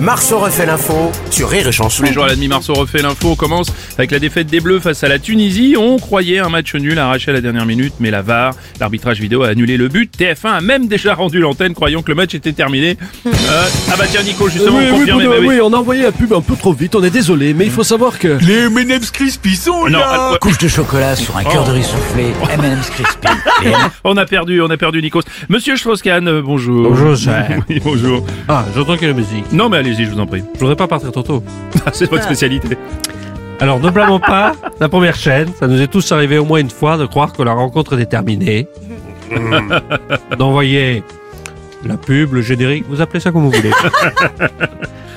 Marceau refait l'info sur Rire et Chanson. Tous les jours à la demi-mars, on refait l'info. On commence avec la défaite des Bleus face à la Tunisie. On croyait un match nul arraché à la dernière minute, mais la VAR, l'arbitrage vidéo, a annulé le but. TF1 a même déjà rendu l'antenne, croyant que le match était terminé. Euh, ah bah tiens, Nico, justement, Oui, oui, confirmez. Bruno, mais oui. oui, on a envoyé la pub un peu trop vite, on est désolé, mais il faut savoir que... Les M&M's Crispy sont Non, là ah, ouais, Couche de chocolat sur un cœur de riz soufflé, M&M's crispy. Les M- on a perdu, on a perdu Nikos. Monsieur Strauss-Kahn, euh, bonjour. Bonjour, Jean. Oui, bonjour. Ah, j'entends qu'il y a la musique. Non mais allez-y, je vous en prie. Ah, Je voudrais pas partir trop tôt. C'est Ah. votre spécialité. Alors, ne blâmons pas la première chaîne. Ça nous est tous arrivé au moins une fois de croire que la rencontre était terminée. D'envoyer la pub, le générique, vous appelez ça comme vous voulez.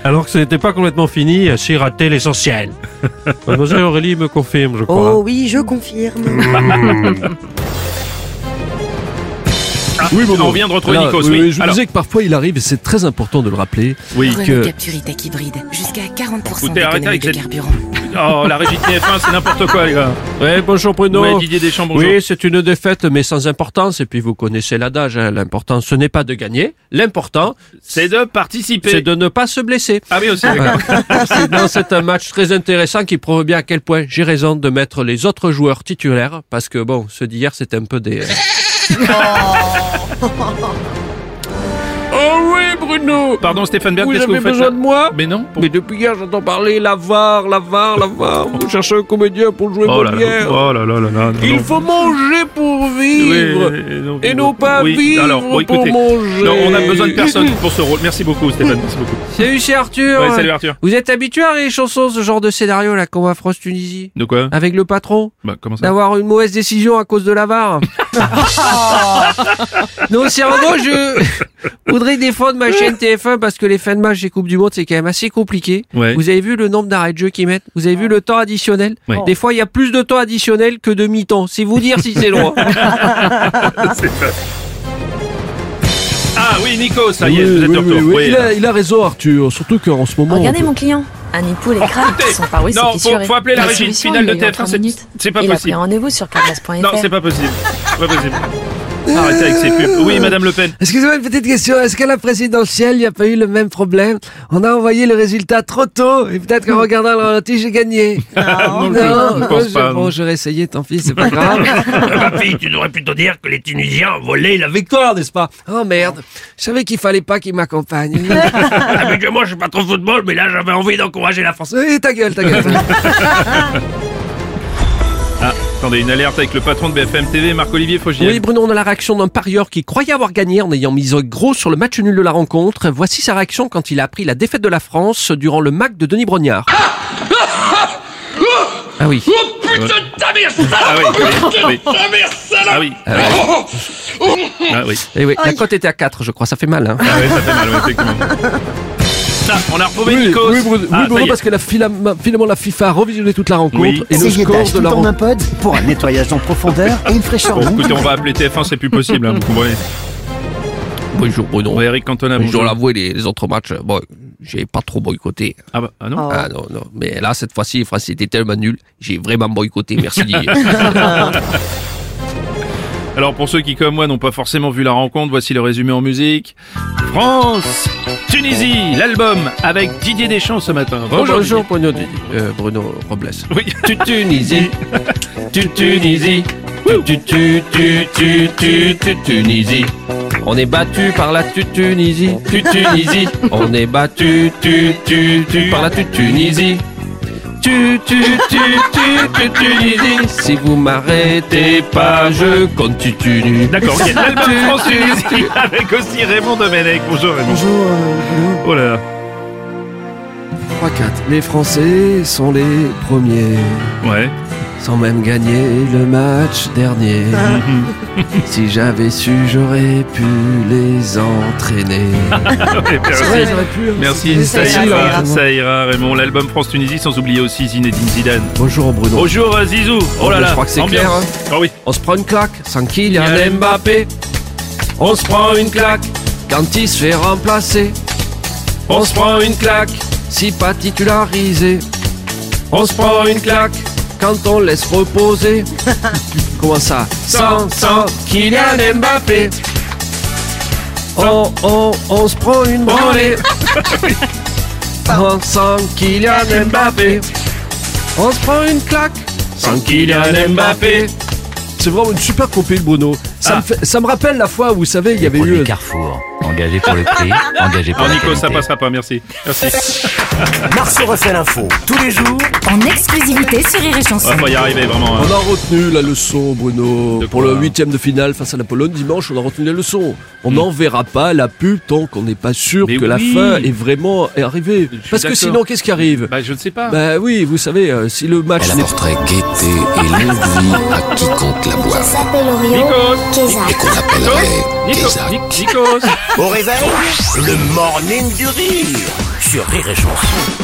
Alors que ce n'était pas complètement fini, j'ai raté l'essentiel. Mademoiselle Aurélie me confirme, je crois. Oh oui, je confirme. oui, bon, on vient de retrouver Voilà, Nikos. oui, Oui, oui, je vous Alors, disais que parfois il arrive, et c'est très important de le rappeler, oui. que- Renault Capturitac hybride, jusqu'à 40% Écoutez, arrêtez d'économie avec de cette- carburant. Oh, la régie de TF1, c'est n'importe quoi, les gars. Ouais, bonjour Bruno. Ouais, Didier Deschamps, bonjour. Oui, c'est une défaite, mais sans importance. Et puis vous connaissez l'adage, hein, l'important, ce n'est pas de gagner. L'important, C'est de participer. c'est de ne pas se blesser. Ah oui, aussi. d'accord. Ah, C'est- non, c'est un match très intéressant qui prouve bien à quel point j'ai raison de mettre les autres joueurs titulaires parce que bon, ceux d'hier c'était un peu des. euh. oh oui, Bruno. Pardon, Stéphane Bern, Vous qu'est-ce que avez vous faites besoin là de moi Mais non. Mais depuis hier j'entends parler l'avare, l'avare, l'avare. Vous cherchez un comédien pour jouer Oh là là, Molière. oh là là là là. non, Il non. faut manger pour vivre. Oui, non, Et oui, non pas oui, vivre alors, bon, pour écoutez, manger. Non, on a besoin de personne pour ce rôle. Merci beaucoup, Stéphane. Merci beaucoup. Salut, c'est Arthur. Ouais, salut Arthur. Vous êtes habitué à les chansons, ce genre de scénario là qu'on voit France-Tunisie De Ah. quoi Avec le patron Bah, comment ça D'avoir une mauvaise décision à cause de la VAR Non, sérieusement, je voudrais défendre ma chaîne TF1 parce que les fins de match des Coupes du Monde, c'est quand même assez compliqué. Ouais. Vous avez vu le nombre d'arrêts de jeu qu'ils mettent Vous avez vu le temps additionnel Ouais. Des fois, il y a plus de temps additionnel que de mi-temps. C'est vous dire si c'est loin. Ah oui, Nico, ça y est, Oui, vous êtes oui, de oui, retour. oui. Oui, Il, a, il a raison, Arthur. Surtout qu'en ce moment. Regardez on peut- mon client. Un épaule et crabe Écoutez, qui sont paroués, non, c'est fissuré. faut- faut appeler la régie solution, finale il de est en TF1, 30 c'est- minutes. c'est pas Il possible. a pris rendez-vous sur carglass.fr. Non, c'est pas possible. C'est Pas possible. Arrêtez avec ces Ah. pubs. Oui, Madame Le Pen. Excusez-moi une petite question. Est-ce qu'à la présidentielle, il n'y a pas eu le même problème On a envoyé le résultat trop tôt et peut-être qu'en regardant le ralenti, j'ai gagné. Ah, Ah, Non, je- je ne pense Ah, je- pas. Bon, j'aurais essayé, tant pis, c'est pas grave. Ah, bah, tu devrais plutôt dire que les Tunisiens volaient la victoire. Victoire, n'est-ce pas Oh merde, je savais qu'il fallait pas qu'il m'accompagne. Habituellement, Ah, moi, je suis pas trop football, mais là, j'avais envie d'encourager la France. Oui, ta gueule, ta gueule. Ah, attendez, une alerte avec le patron de BFM TV, Marc-Olivier Fogiel. Oui, Bruno, on a la réaction d'un parieur qui croyait avoir gagné en ayant mis gros sur le match nul de la rencontre. Voici sa réaction quand il a appris la défaite de la France durant le MAC de Denis Brognard. Ah oui. Ah oui, oui, oui. Ah oui. Ah oui. Eh oui, la cote était à 4, je crois, ça fait mal. Hein. Ah oui, ça fait mal, ouais, effectivement. Ça, on a retrouvé Oui, Nikos. oui, Bruno, Ah, oui, ça Bruno, y est. parce que la filama- finalement la FIFA a revisionné toute la rencontre Oui. et le score de la rencontre. pod pour un nettoyage en profondeur et une fraîcheur Bon, écoutez, on va appeler TF1, c'est plus possible, hein, vous comprenez. Bonjour Bruno. Bon, Eric Cantona, je dois bonjour. l'avouer, les, les autres matchs, bon, j'ai pas trop boycotté. Ah, bah, ah non Ah non, non. Mais là, cette fois-ci, les Français étaient tellement nuls, j'ai vraiment boycotté, merci Didier. Alors pour ceux qui comme moi n'ont pas forcément vu la rencontre, voici le résumé en musique. France, Tunisie, l'album avec Didier Deschamps ce matin. Bonjour. Bonjour Bruno, Didier. Euh, Bruno Robles. Oui. Tu Tunisie, tu Tunisie, tu tu tu tu tu tu Tunisie. On est battu par la tu Tunisie, tu Tunisie. On est battu tu tu tu par la tu Tunisie. Tu tu tu tu tu Tunisie. Si vous m'arrêtez pas, je continue. D'accord, ok. l'album France Tunisie avec aussi Raymond Domenech. Bonjour Raymond. Bonjour, euh, Bruno. Oh là là. 3-4. Les Français sont les premiers, Ouais. sans même gagner le match dernier. si j'avais su, j'aurais pu les entraîner. Eh bien, C'est vrai, j'aurais pu, hein. C'était Merci, ça ça facile, ira, hein. ça ira Raymond. L'album France Tunisie sans oublier aussi Zinedine Zidane. Bonjour, Bruno. Bonjour euh, Zizou. Oh là là. Je crois que c'est ambiance. clair, hein. Ah oui. On se prend une claque sans Kylian Mbappé. On se prend une claque quand il se fait remplacer. On se prend une claque si pas titularisé. On se prend une claque Quand on laisse reposer. Comment ça sans, sans Kylian Mbappé. On, on, on se prend une On branlée. est Sans, sans Kylian Kylian Mbappé. Mbappé. On se prend une claque. Sans Kylian Mbappé. C'est vraiment une super compil, Bruno. Ça, Ah. me fait- ça me rappelle la fois où, vous savez, il y avait eu. Produit Carrefour. Engagé pour le prix, engagé pour Non, la Nico, ça qualité. passera pas, merci. Merci. Marceau refait l'info tous les jours En exclusivité sur Rire et Chanson. On va y arriver vraiment. hein. On a retenu la leçon, Bruno. De Pour quoi le huitième de finale face à la Pologne dimanche, on a retenu la leçon. On n'en verra pas la pub tant qu'on n'est pas sûr Hmm. Mais que la oui. fin est vraiment arrivée. Je suis Parce que d'accord. sinon, qu'est-ce qui arrive Bah, je ne sais pas. Bah oui, vous savez, euh, si le match Elle n'est apporterait gaieté et longue vie à quiconque la boive. Nikos Et qu'on appellerait Kézak. Nikos Nikos au réveil, le morning du rire sur Rire et Chanson.